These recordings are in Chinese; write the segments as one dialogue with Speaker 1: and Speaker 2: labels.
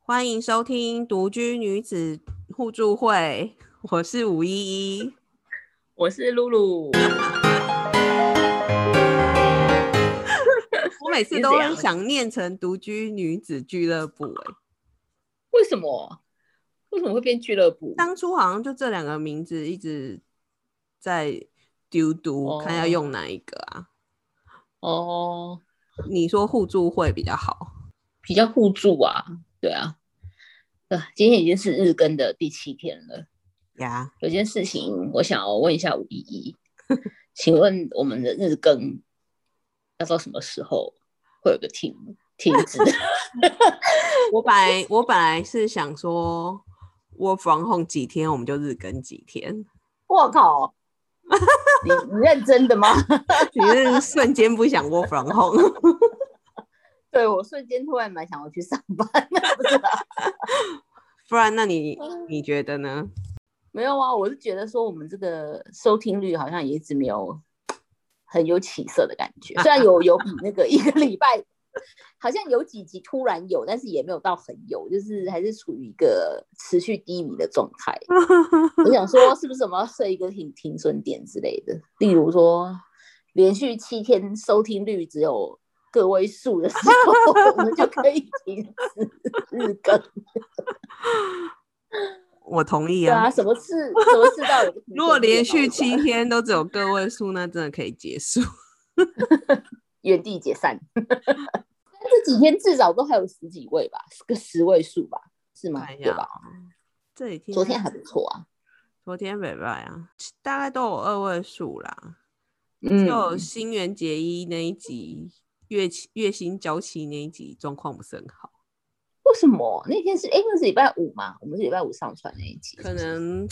Speaker 1: 欢迎收听独居女子互助会，我是五一一。
Speaker 2: 我是露露，
Speaker 1: 我每次
Speaker 2: 是
Speaker 1: 都
Speaker 2: 怎
Speaker 1: 很
Speaker 2: 样
Speaker 1: 想念成独居女子俱乐部、欸，
Speaker 2: 为什么？为什么会变俱乐部？
Speaker 1: 当初好像就这两个名字一直在丢读，
Speaker 2: 哦
Speaker 1: 看要用哪一个啊？
Speaker 2: 哦，
Speaker 1: 你说互助会比较好，
Speaker 2: 比较互助啊，对啊。呃，今天已经是日更的第七天了。
Speaker 1: 呀、
Speaker 2: 有件事情我想要问一下吴依依，请问我们的日更要到什么时候会有个停停止？
Speaker 1: 我本来我本来是想说。我 from home 几天，我们就日更几天。
Speaker 2: 我靠！你你认真的吗？
Speaker 1: 你是瞬间不想 work from home，
Speaker 2: 对我瞬间突然蛮想要去上班，不是啊
Speaker 1: 不然那你
Speaker 2: 嗯
Speaker 1: 你觉得呢？
Speaker 2: 没有啊，我是觉得说我们这个收听率好像也一直没有很有起色的感觉，虽然有有比那个一个礼拜，好像有几集突然有，但是也没有到很有，就是还是处于一个持续低迷的状态。我想说，是不是我们要设一个停停损点之类的？例如说，连续七天收听率只有个位数的时候， 我们就可以停止日 更。
Speaker 1: 我同意
Speaker 2: 对
Speaker 1: 啊
Speaker 2: 啊，。什么事什么事到有个停
Speaker 1: 如果
Speaker 2: 损点
Speaker 1: 连
Speaker 2: 嘛
Speaker 1: 续
Speaker 2: 我想
Speaker 1: 七天都只有个位数，那真的可以结束。
Speaker 2: 原地解散。 但这几天至少都还有十几位吧，是个十位数吧，是吗？
Speaker 1: 看一
Speaker 2: 对
Speaker 1: 下
Speaker 2: 吧？
Speaker 1: 哦，这几天
Speaker 2: 昨天还不错啊，
Speaker 1: 昨天北拜啊，大概都有二位数啦。
Speaker 2: 嗯
Speaker 1: 就新垣结衣那一集，月起月薪娇妻那一集状况不是很好，
Speaker 2: 为什么那天是？哎、那是礼拜五嘛，我们是礼拜五上传那一集，
Speaker 1: 可 能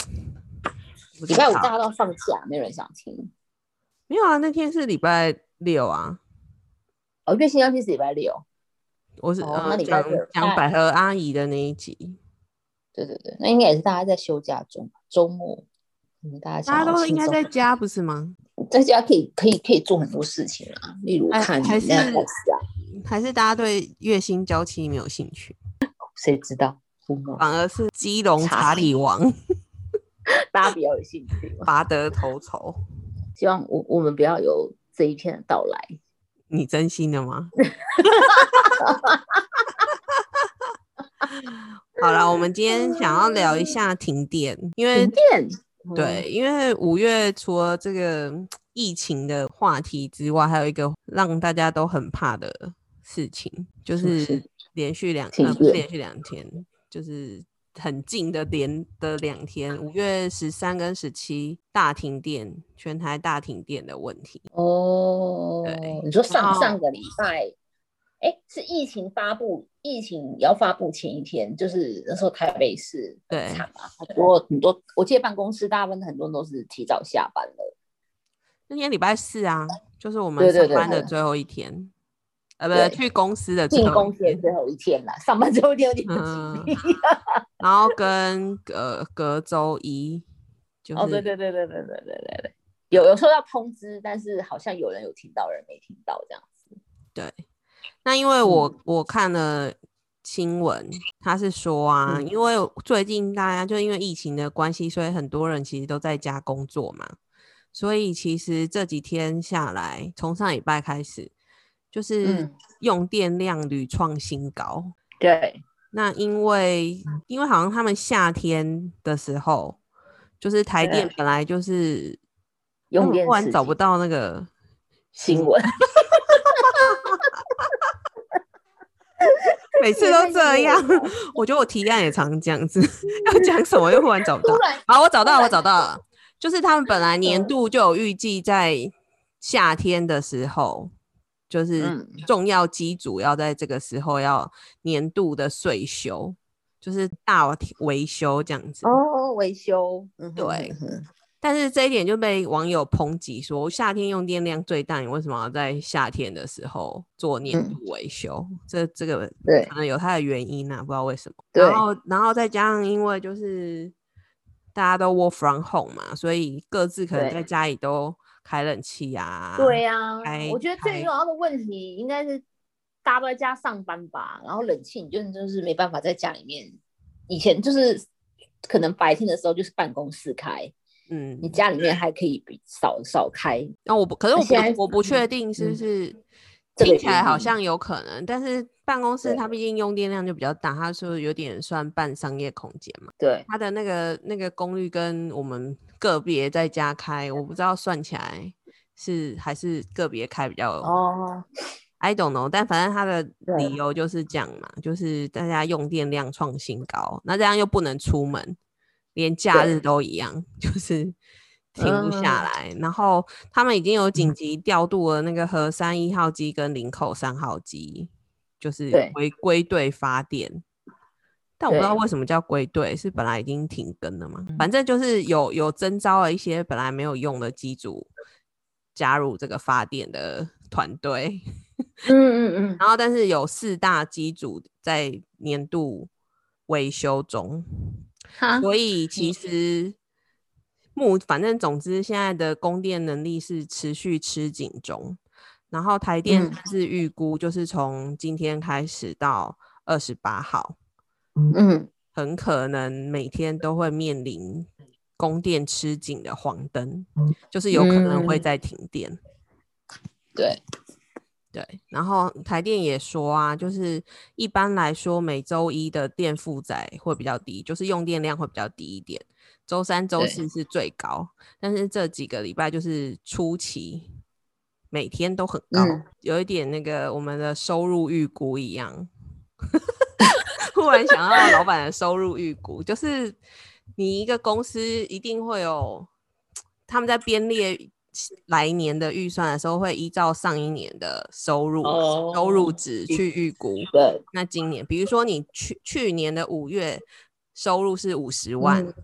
Speaker 1: 不
Speaker 2: 礼
Speaker 1: 知
Speaker 2: 拜五
Speaker 1: 道
Speaker 2: 大家都放假，没有人想听。
Speaker 1: 没有啊。那天是礼拜六啊，
Speaker 2: 哦，月薪要去是礼拜六，
Speaker 1: 我是、
Speaker 2: 哦那
Speaker 1: 呃
Speaker 2: 礼
Speaker 1: 讲
Speaker 2: 拜六
Speaker 1: 讲
Speaker 2: 那哦
Speaker 1: 百合阿姨的那一集，
Speaker 2: 对对对，那应该也是大家在休假中吧，周末。可能大家想
Speaker 1: 大家
Speaker 2: 要
Speaker 1: 都应
Speaker 2: 轻
Speaker 1: 该
Speaker 2: 松
Speaker 1: 在家不是吗？
Speaker 2: 在家可以可以可以做很多事情啊，例如
Speaker 1: 哎
Speaker 2: 看
Speaker 1: 还是
Speaker 2: Netflix 啊，
Speaker 1: 还是大家对月薪娇妻没有兴趣，
Speaker 2: 谁知道？不知道
Speaker 1: 反而是基隆查
Speaker 2: 查
Speaker 1: 理王
Speaker 2: 大家比较有兴趣嘛。
Speaker 1: 拔得头筹。
Speaker 2: 希望我我们不要有这一天的到来。
Speaker 1: 你真心的吗？ 好了，我们今天想要聊一下停电，因为
Speaker 2: 停电，
Speaker 1: 对，因为五月除了这个嗯疫情的话题之外，还有一个让大家都很怕的事情，就是
Speaker 2: 不是
Speaker 1: 是连续两
Speaker 2: 停
Speaker 1: 呃不是
Speaker 2: 电
Speaker 1: 连续两天，就是很近的连的两天，五月十三跟十七大停电，全台大停电的问题。
Speaker 2: 嗯哦
Speaker 1: 对，
Speaker 2: 你说
Speaker 1: 然
Speaker 2: 上
Speaker 1: 后
Speaker 2: 上个礼拜，哎，是疫情发布，疫情要发布前一天，就是那时候台北市
Speaker 1: 对
Speaker 2: 惨啊，很多很多，我记得办公室大部分很多都是提早下班了，
Speaker 1: 那天礼拜四啊，就是我们
Speaker 2: 对对
Speaker 1: 上
Speaker 2: 对
Speaker 1: 班
Speaker 2: 对
Speaker 1: 的最后一天，呃，
Speaker 2: 对
Speaker 1: 不，去公司的最
Speaker 2: 进
Speaker 1: 后一
Speaker 2: 公司的
Speaker 1: 天，
Speaker 2: 最后一天啦， 上班最后一天有点不
Speaker 1: 嗯
Speaker 2: 吉利。
Speaker 1: 然后跟隔隔周一，就是、
Speaker 2: 哦，对对对对对对对对对，有有收到通知，但是好像有人有听到，有人没听到这样子。
Speaker 1: 那因为我、
Speaker 2: 嗯
Speaker 1: 我看了新闻，他是说啊，
Speaker 2: 嗯
Speaker 1: 因为最近大家就因为疫情的关系，所以很多人其实都在家工作嘛，所以其实这几天下来，从上礼拜开始，就是
Speaker 2: 嗯
Speaker 1: 用电量屡创新高。
Speaker 2: 对，
Speaker 1: 那因为
Speaker 2: 嗯
Speaker 1: 因为好像他们夏天的时候，就是台电
Speaker 2: 对
Speaker 1: 本来就是
Speaker 2: 用
Speaker 1: 他们
Speaker 2: 电
Speaker 1: 忽然
Speaker 2: 时
Speaker 1: 找
Speaker 2: 机
Speaker 1: 不到那个
Speaker 2: 新闻。
Speaker 1: 每次都这 样。 我觉得我提案也常这样子，要讲什么又忽然找不 到
Speaker 2: 突。然
Speaker 1: 好，我找到了，我
Speaker 2: 突然
Speaker 1: 找到了，就是他们本来年
Speaker 2: 嗯
Speaker 1: 度就有预计在夏天的时候，就是
Speaker 2: 嗯
Speaker 1: 重要机组要在这个时候要年度的税修，就是大维修这样子。
Speaker 2: 哦，维修，嗯哼
Speaker 1: 对
Speaker 2: 嗯哼
Speaker 1: 但是这一点就被网友抨击说，夏天用电量最大，你为什么要在夏天的时候做年
Speaker 2: 嗯
Speaker 1: 度维修？这这个
Speaker 2: 对
Speaker 1: 可能有它的原因啊，不知道为什么。
Speaker 2: 对
Speaker 1: 然后然后再加上因为就是大家都 work from home 嘛，所以各自可能
Speaker 2: 对
Speaker 1: 在家里都开冷气啊。
Speaker 2: 对呀、
Speaker 1: 开
Speaker 2: 我觉得最
Speaker 1: 开
Speaker 2: 重要的问题应该是大家都在家上班吧，然后冷气你就就是没办法在家里面，以前就是可能白天的时候就是办公室开，
Speaker 1: 嗯
Speaker 2: 你，家里面还可以比少少开，
Speaker 1: 那我不，可是我
Speaker 2: 现在
Speaker 1: 不，我不确定是不
Speaker 2: 嗯
Speaker 1: 是、
Speaker 2: 这个
Speaker 1: 听起来
Speaker 2: 原
Speaker 1: 好
Speaker 2: 因
Speaker 1: 像有可能，但是办公室
Speaker 2: 对
Speaker 1: 它毕竟用电量就比较大，它是有点算半商业空间嘛。
Speaker 2: 对，
Speaker 1: 它的那个那个功率跟我们个别在家开，我不知道算起来是还是个别开比较、
Speaker 2: 哦，
Speaker 1: I don't know，但反正它的
Speaker 2: 对
Speaker 1: 理由就是这样嘛，就是大家用电量创新高，那这样又不能出门，连假日
Speaker 2: 对嗯
Speaker 1: 都一样， 就是停不下来。然后他们已经有紧急调度了那个核三一号机跟林口三号机，就是
Speaker 2: 对
Speaker 1: 归归队发电。但我不知道
Speaker 2: 对
Speaker 1: 为什么叫归队，是本来已经停更了嘛？
Speaker 2: 嗯
Speaker 1: 反正就是有有征招了一些本来没有用的机组加入这个发电的团队，
Speaker 2: 嗯嗯嗯，
Speaker 1: 然后但是有四大机组在年度维修中，
Speaker 2: 哈，
Speaker 1: 所以其实目反正总之现在的供电能力是持续吃紧中，然后台电
Speaker 2: 嗯
Speaker 1: 是预估就是从今天开始到二十八号，
Speaker 2: 嗯
Speaker 1: 很可能每天都会面临供电吃紧的黄灯，就是有可能会
Speaker 2: 嗯
Speaker 1: 再停电。
Speaker 2: 对，
Speaker 1: 对，然后台电也说啊，就是一般来说每周一的电负载会比较低，就是用电量会比较低一点，周三、周
Speaker 2: 对
Speaker 1: 四是最高，但是这几个礼拜就是初期每天都很高，
Speaker 2: 嗯
Speaker 1: 有一点那个我们的收入预估一样。忽然想到老板的收入预估，就是你一个公司一定会有他们在编列来年的预算的时候，会依照上一年的收入嘛、
Speaker 2: 哦
Speaker 1: 收入值去预估。
Speaker 2: 对，
Speaker 1: 那今年，比如说你去去年的五月收入是五十万，
Speaker 2: 嗯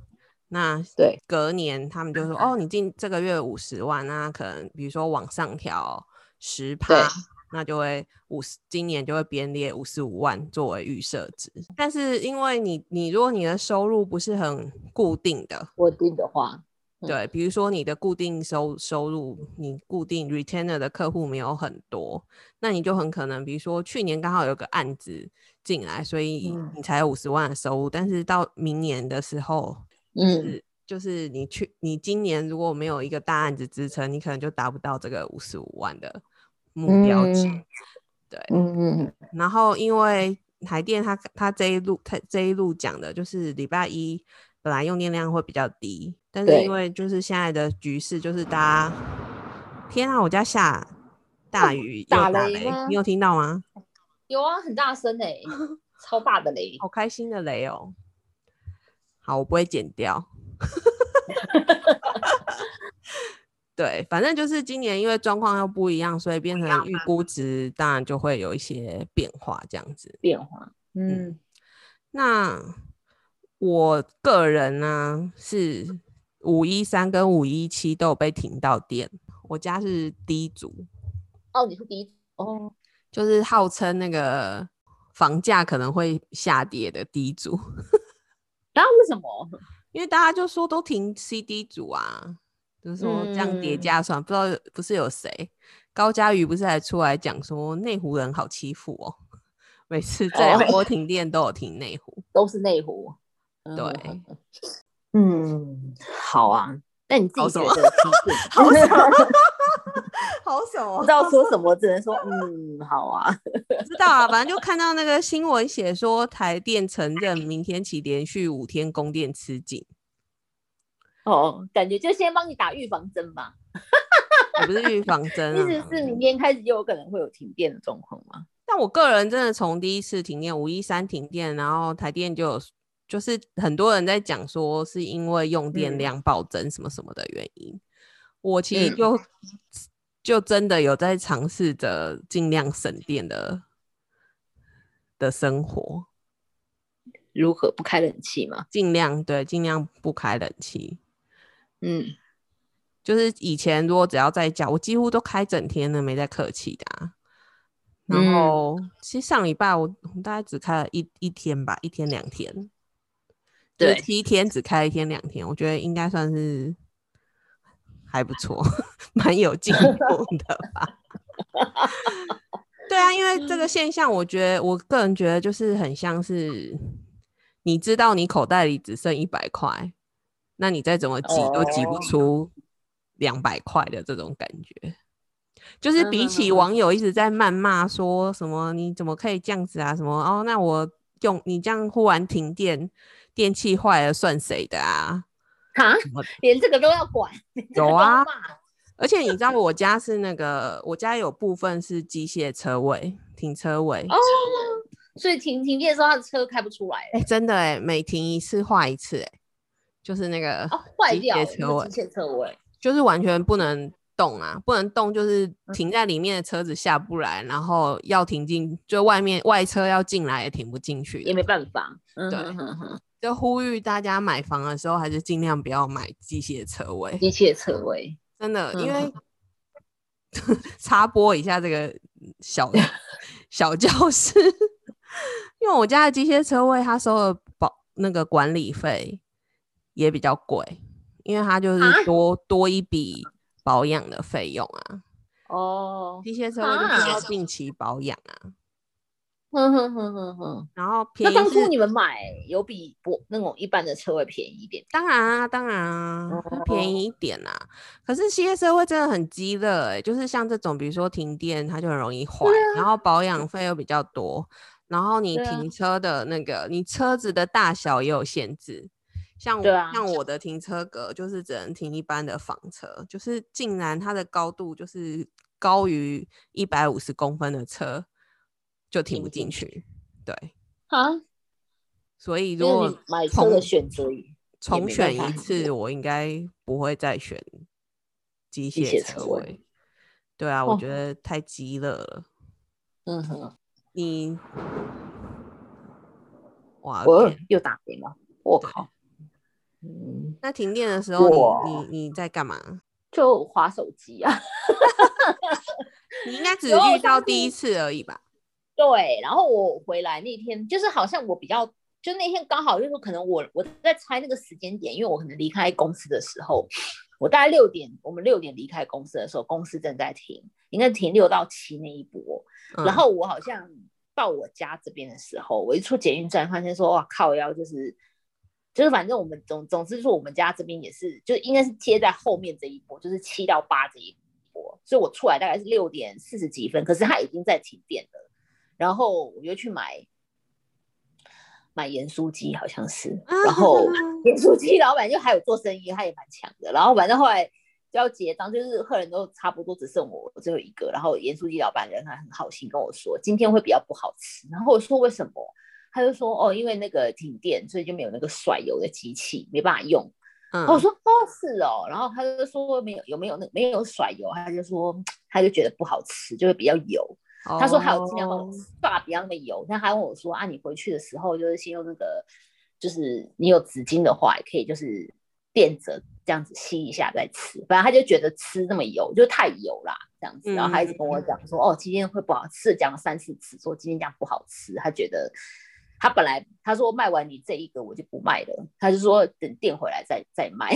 Speaker 1: 那
Speaker 2: 对
Speaker 1: 隔年他们就说
Speaker 2: 嗯
Speaker 1: 哦，你进这个月五十万，那可能比如说往上调十
Speaker 2: 对
Speaker 1: 趴，那就会五十，今年就会编列五十五万作为预设值。但是因为你你如果你的收入不是很固定的，
Speaker 2: 我定的话，嗯
Speaker 1: 对，比如说你的固定收收入，你固定 retainer 的客户没有很多，那你就很可能，比如说去年刚好有个案子进来，所以
Speaker 2: 嗯
Speaker 1: 你才有五十万的收入，但是到明年的时候，
Speaker 2: 嗯，
Speaker 1: 就是你去你今年如果没有一个大案子支撑，你可能就达不到这个五十五万的目标值。
Speaker 2: 嗯
Speaker 1: 对，
Speaker 2: 嗯嗯
Speaker 1: 然后因为台电它它这一路它这一路讲的就是礼拜一本来用电量会比较低，但是
Speaker 2: 对
Speaker 1: 因为就是现在的局势就是大家，天啊，我家下 大雨又
Speaker 2: 打
Speaker 1: 打
Speaker 2: 雷吗
Speaker 1: 你有听到吗？
Speaker 2: 有啊，很大声 哎，超大的雷，
Speaker 1: 好开心的雷哦！好，我不会剪掉。 对，反正就是今年因为状况又不一样，所以变成预估值当然就会有一些变化，这样子。
Speaker 2: 变化，嗯
Speaker 1: 那我个人呢是五一三跟五一七都有被停到电，我家是低组，
Speaker 2: 哦，你是第一哦，
Speaker 1: 就是号称那个房价可能会下跌的低组，
Speaker 2: 然后为什么？
Speaker 1: 因为大家就说都停 CD 组啊，就是说这样叠
Speaker 2: 嗯
Speaker 1: 加算，不知道有不是有谁高佳瑜不是还出来讲说内湖人好欺负哦，每次这两
Speaker 2: 哦
Speaker 1: 波停电都有停内湖，
Speaker 2: 都是内湖。嗯
Speaker 1: 对，
Speaker 2: 嗯，好啊。那你自
Speaker 1: 好
Speaker 2: 己
Speaker 1: 什
Speaker 2: 觉
Speaker 1: 么
Speaker 2: 得提问
Speaker 1: 好 什么好什么
Speaker 2: 不知道说什么，只能说嗯，好啊。
Speaker 1: 知道啊，反正就看到那个新闻写说，台电承认明天起连续五天供电吃紧，
Speaker 2: 哦，感觉就先帮你打预防针吧。
Speaker 1: 也不是预防针
Speaker 2: 意思
Speaker 1: 啊。
Speaker 2: 是明天开始又有可能会有停电的状况吗？
Speaker 1: 但我个人真的从第一次停电，五一三停电，然后台电就有，就是很多人在讲说是因为用电
Speaker 2: 嗯
Speaker 1: 量暴增什么什么的原因，我其实
Speaker 2: 嗯
Speaker 1: 就、就真的有在尝试着尽量省电的的生活，
Speaker 2: 如何不开冷气吗？
Speaker 1: 尽量对，尽量不开冷气。
Speaker 2: 嗯，
Speaker 1: 就是以前如果只要在家，我几乎都开整天的，没在客气的、啊。然
Speaker 2: 嗯
Speaker 1: 后、其实上礼拜我我大概只开了一一天吧，一天两天，就是
Speaker 2: 对
Speaker 1: 七天只开一天两天，我觉得应该算是 还不错，蛮有进步的吧。对啊，因为这个现象，我觉得我个人觉得就是很像是，你知道你口袋里只剩一百块，那你再怎么挤都挤不
Speaker 2: 哦
Speaker 1: 出两百块的这种感觉。就是比起
Speaker 2: 嗯嗯嗯
Speaker 1: 网友一直在谩骂说什么你怎么可以这样子啊，什么哦，那我用你这样忽然停电，电器坏了算谁的啊？
Speaker 2: 哈，
Speaker 1: 什么
Speaker 2: 连这个都要管，连这个
Speaker 1: 有 啊
Speaker 2: 都要骂
Speaker 1: 而且你知道我家是那个，我家有部分是机械车位、停车位。
Speaker 2: 哦。所以停停电的时候，他的车开不出来，
Speaker 1: 哎、真的哎、每停一次坏一次哎、就是那个，
Speaker 2: 哦，坏掉了，
Speaker 1: 机械车
Speaker 2: 那个
Speaker 1: 位
Speaker 2: 机械车位，
Speaker 1: 就是完全不能动啊，不能动，就是
Speaker 2: 嗯
Speaker 1: 停在里面的车子下不来，然后要停进，就外面外车要进来也停不进去
Speaker 2: 也
Speaker 1: 的。
Speaker 2: 没办法。嗯
Speaker 1: 对
Speaker 2: 哼哼哼
Speaker 1: 就呼吁大家买房的时候，还是尽量不要买机械车位，
Speaker 2: 机械车位，
Speaker 1: 真的，因
Speaker 2: 嗯
Speaker 1: 为 插播一下这个 小小教室，因为我家的机械车位，他收的保那个管理费也比较贵，因为它就
Speaker 2: 啊
Speaker 1: 是多、多一笔保养的费用啊，
Speaker 2: 哦，
Speaker 1: 机械车位就
Speaker 2: 啊
Speaker 1: 是要定期保养啊，
Speaker 2: 哼哼哼哼哼。
Speaker 1: 然后便
Speaker 2: 那
Speaker 1: 宜
Speaker 2: 当初
Speaker 1: 是
Speaker 2: 你们买有比不那种一般的车位便宜一点？
Speaker 1: 当然啊，当然
Speaker 2: 哦
Speaker 1: 啊，它便宜一点啦、可是机械车会真的很鸡肋、欸，就是像这种，比如说停电，它就很容易坏，然后保养费又比较多，然后你
Speaker 2: 啊对啊
Speaker 1: 停车的那个，你车子的大小也有限制。像我、
Speaker 2: 对啊
Speaker 1: 像我的停车格就是只能停一般的房车，就是竟然它的高度就是高于一百五十公分的车就停
Speaker 2: 停
Speaker 1: 不
Speaker 2: 不进
Speaker 1: 进去，对，
Speaker 2: 啊，
Speaker 1: 所以
Speaker 2: 因
Speaker 1: 如
Speaker 2: 为
Speaker 1: 果
Speaker 2: 你买车的
Speaker 1: 从
Speaker 2: 选择也
Speaker 1: 重
Speaker 2: 没办
Speaker 1: 选
Speaker 2: 法
Speaker 1: 一
Speaker 2: 很
Speaker 1: 次，我应该不会再选机
Speaker 2: 机
Speaker 1: 械
Speaker 2: 械车
Speaker 1: 车
Speaker 2: 位
Speaker 1: 位。对啊，
Speaker 2: 哦
Speaker 1: 我觉得太鸡肋了。
Speaker 2: 嗯哼，
Speaker 1: 你，哇，
Speaker 2: 我
Speaker 1: 天
Speaker 2: 又打雷了，我
Speaker 1: 对
Speaker 2: 靠！嗯，
Speaker 1: 那停电的时候
Speaker 2: 哇
Speaker 1: 你，你你在干嘛？
Speaker 2: 就划手机啊。
Speaker 1: 你应该只
Speaker 2: 有我
Speaker 1: 遇到
Speaker 2: 上
Speaker 1: 第一
Speaker 2: 次
Speaker 1: 次而已吧？
Speaker 2: 对，然后我回来那天，就是好像我比较，就那天刚好就是可能我我在猜那个时间点，因为我可能离开公司的时候，我大概六点，我们六点离开公司的时候，公司正在停，应该停六到七那一波。
Speaker 1: 嗯、
Speaker 2: 然后我好像到我家这边的时候，我一出捷运站，发现说哇靠腰，就是就是反正我们总总之说我们家这边也是，就应该是接在后面这一波，就是七到八这一波，所以我出来大概是六点四十几分，可是它已经在停电了，然后我就去买买盐酥鸡，好像是，
Speaker 1: 啊嗯
Speaker 2: 然后。盐酥鸡老板就还有做生意，他也蛮强的。然后反正后来就要结账，就是客人都差不多，只剩我最后一个。然后盐酥鸡老板人还很好心跟我说，今天会比较不好吃。然后我说为什么？他就说哦，因为那个停电，所以就没有那个甩油的机器，没办法用。
Speaker 1: 嗯，
Speaker 2: 然后我说哦是哦，然后他就说没有有没有那没有甩油，他就说他就觉得不好吃，就会比较油。他说还有尽量帮我
Speaker 1: 嗯哦
Speaker 2: 刷不要那么油，但他问我说啊，你回去的时候就是先用那个，就是你有纸巾的话，也可以就是垫着这样子吸一下再吃。反正他就觉得吃那么油就太油啦，这样子。然后他一直跟
Speaker 1: 嗯
Speaker 2: 我讲说，哦，今天会不好吃，讲了三四次，说今天这样不好吃，他觉得。他本来他说卖完你这一个我就不卖了，他就说等店回来再再卖，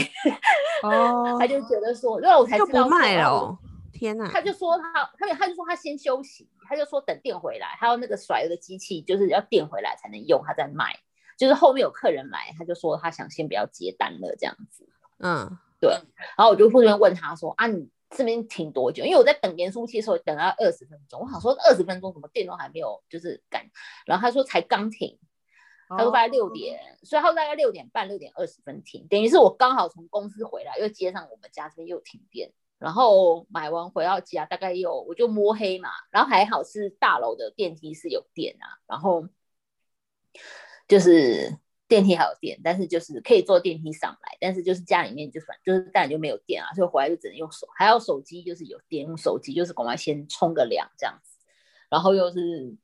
Speaker 1: 哦，
Speaker 2: 他就觉得说，因为我才
Speaker 1: 就
Speaker 2: 知道
Speaker 1: 不
Speaker 2: 说
Speaker 1: 卖了
Speaker 2: 哦
Speaker 1: 哦、天哪、
Speaker 2: 他就说他，他就他就说他先休息，他就说等电回来，还有那个甩油的机器就是要电回来才能用，他再卖。就是后面有客人来，他就说他想先不要接单了这样子。
Speaker 1: 嗯，
Speaker 2: 然后我就忽然问他说啊，你这边停多久？因为我在等盐酥鸡的时候等到二十分钟，我想说二十分钟怎么电都还没有就是赶，然后他说才刚停，他
Speaker 1: 哦
Speaker 2: 说大概六点，所以他说大概六点半、六点二十分停，等于是我刚好从公司回来，又接上我们家这边又停电，然后买完回到家大概又我就摸黑嘛，然后还好是大楼的电梯是有电啊，然后就是电梯还有电，但是就是可以坐电梯上来，但是就是家里面就算就是当然就没有电啊，所以回来就只能用手，还有手机就是有电，用手机就是赶快先冲个凉这样子，然后又是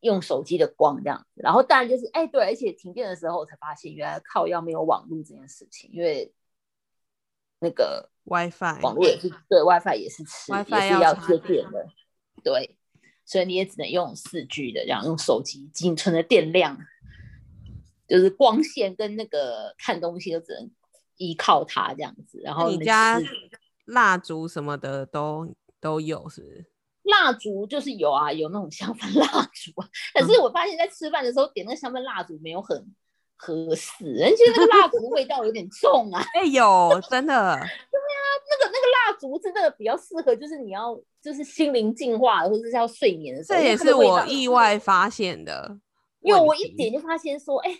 Speaker 2: 用手机的光这样子，然后当然就是哎对，而且停电的时候我才发现原来靠要没有网络这件事情，因为那个
Speaker 1: WiFi
Speaker 2: 网络也是对 WiFi 也是吃
Speaker 1: 哎 WiFi
Speaker 2: 也
Speaker 1: 要
Speaker 2: 是要
Speaker 1: 插啊
Speaker 2: 贴
Speaker 1: 电
Speaker 2: 电的，对，所以你也只能用四 G 的，这样用手机仅存的电量，就是光线跟那个看东西都只能依靠它这样子。然
Speaker 1: 那
Speaker 2: 后
Speaker 1: 你
Speaker 2: 那
Speaker 1: 家
Speaker 2: 是
Speaker 1: 蜡烛什么的都都有，是不是？。
Speaker 2: 蜡烛就是有啊，有那种香氛蜡烛啊，可是我发现在吃饭的时候点那个香氛蜡烛没有很合适，人觉得那个蜡烛味道有点重啊
Speaker 1: 哎、有真的，
Speaker 2: 那个那个蜡烛真的比较适合，就是你要就是心灵净化或者是要睡眠的时候。
Speaker 1: 这
Speaker 2: 因为
Speaker 1: 也
Speaker 2: 它
Speaker 1: 是
Speaker 2: 的味
Speaker 1: 我
Speaker 2: 道
Speaker 1: 意外发现的问题。
Speaker 2: 因为我一点就发现说，哎、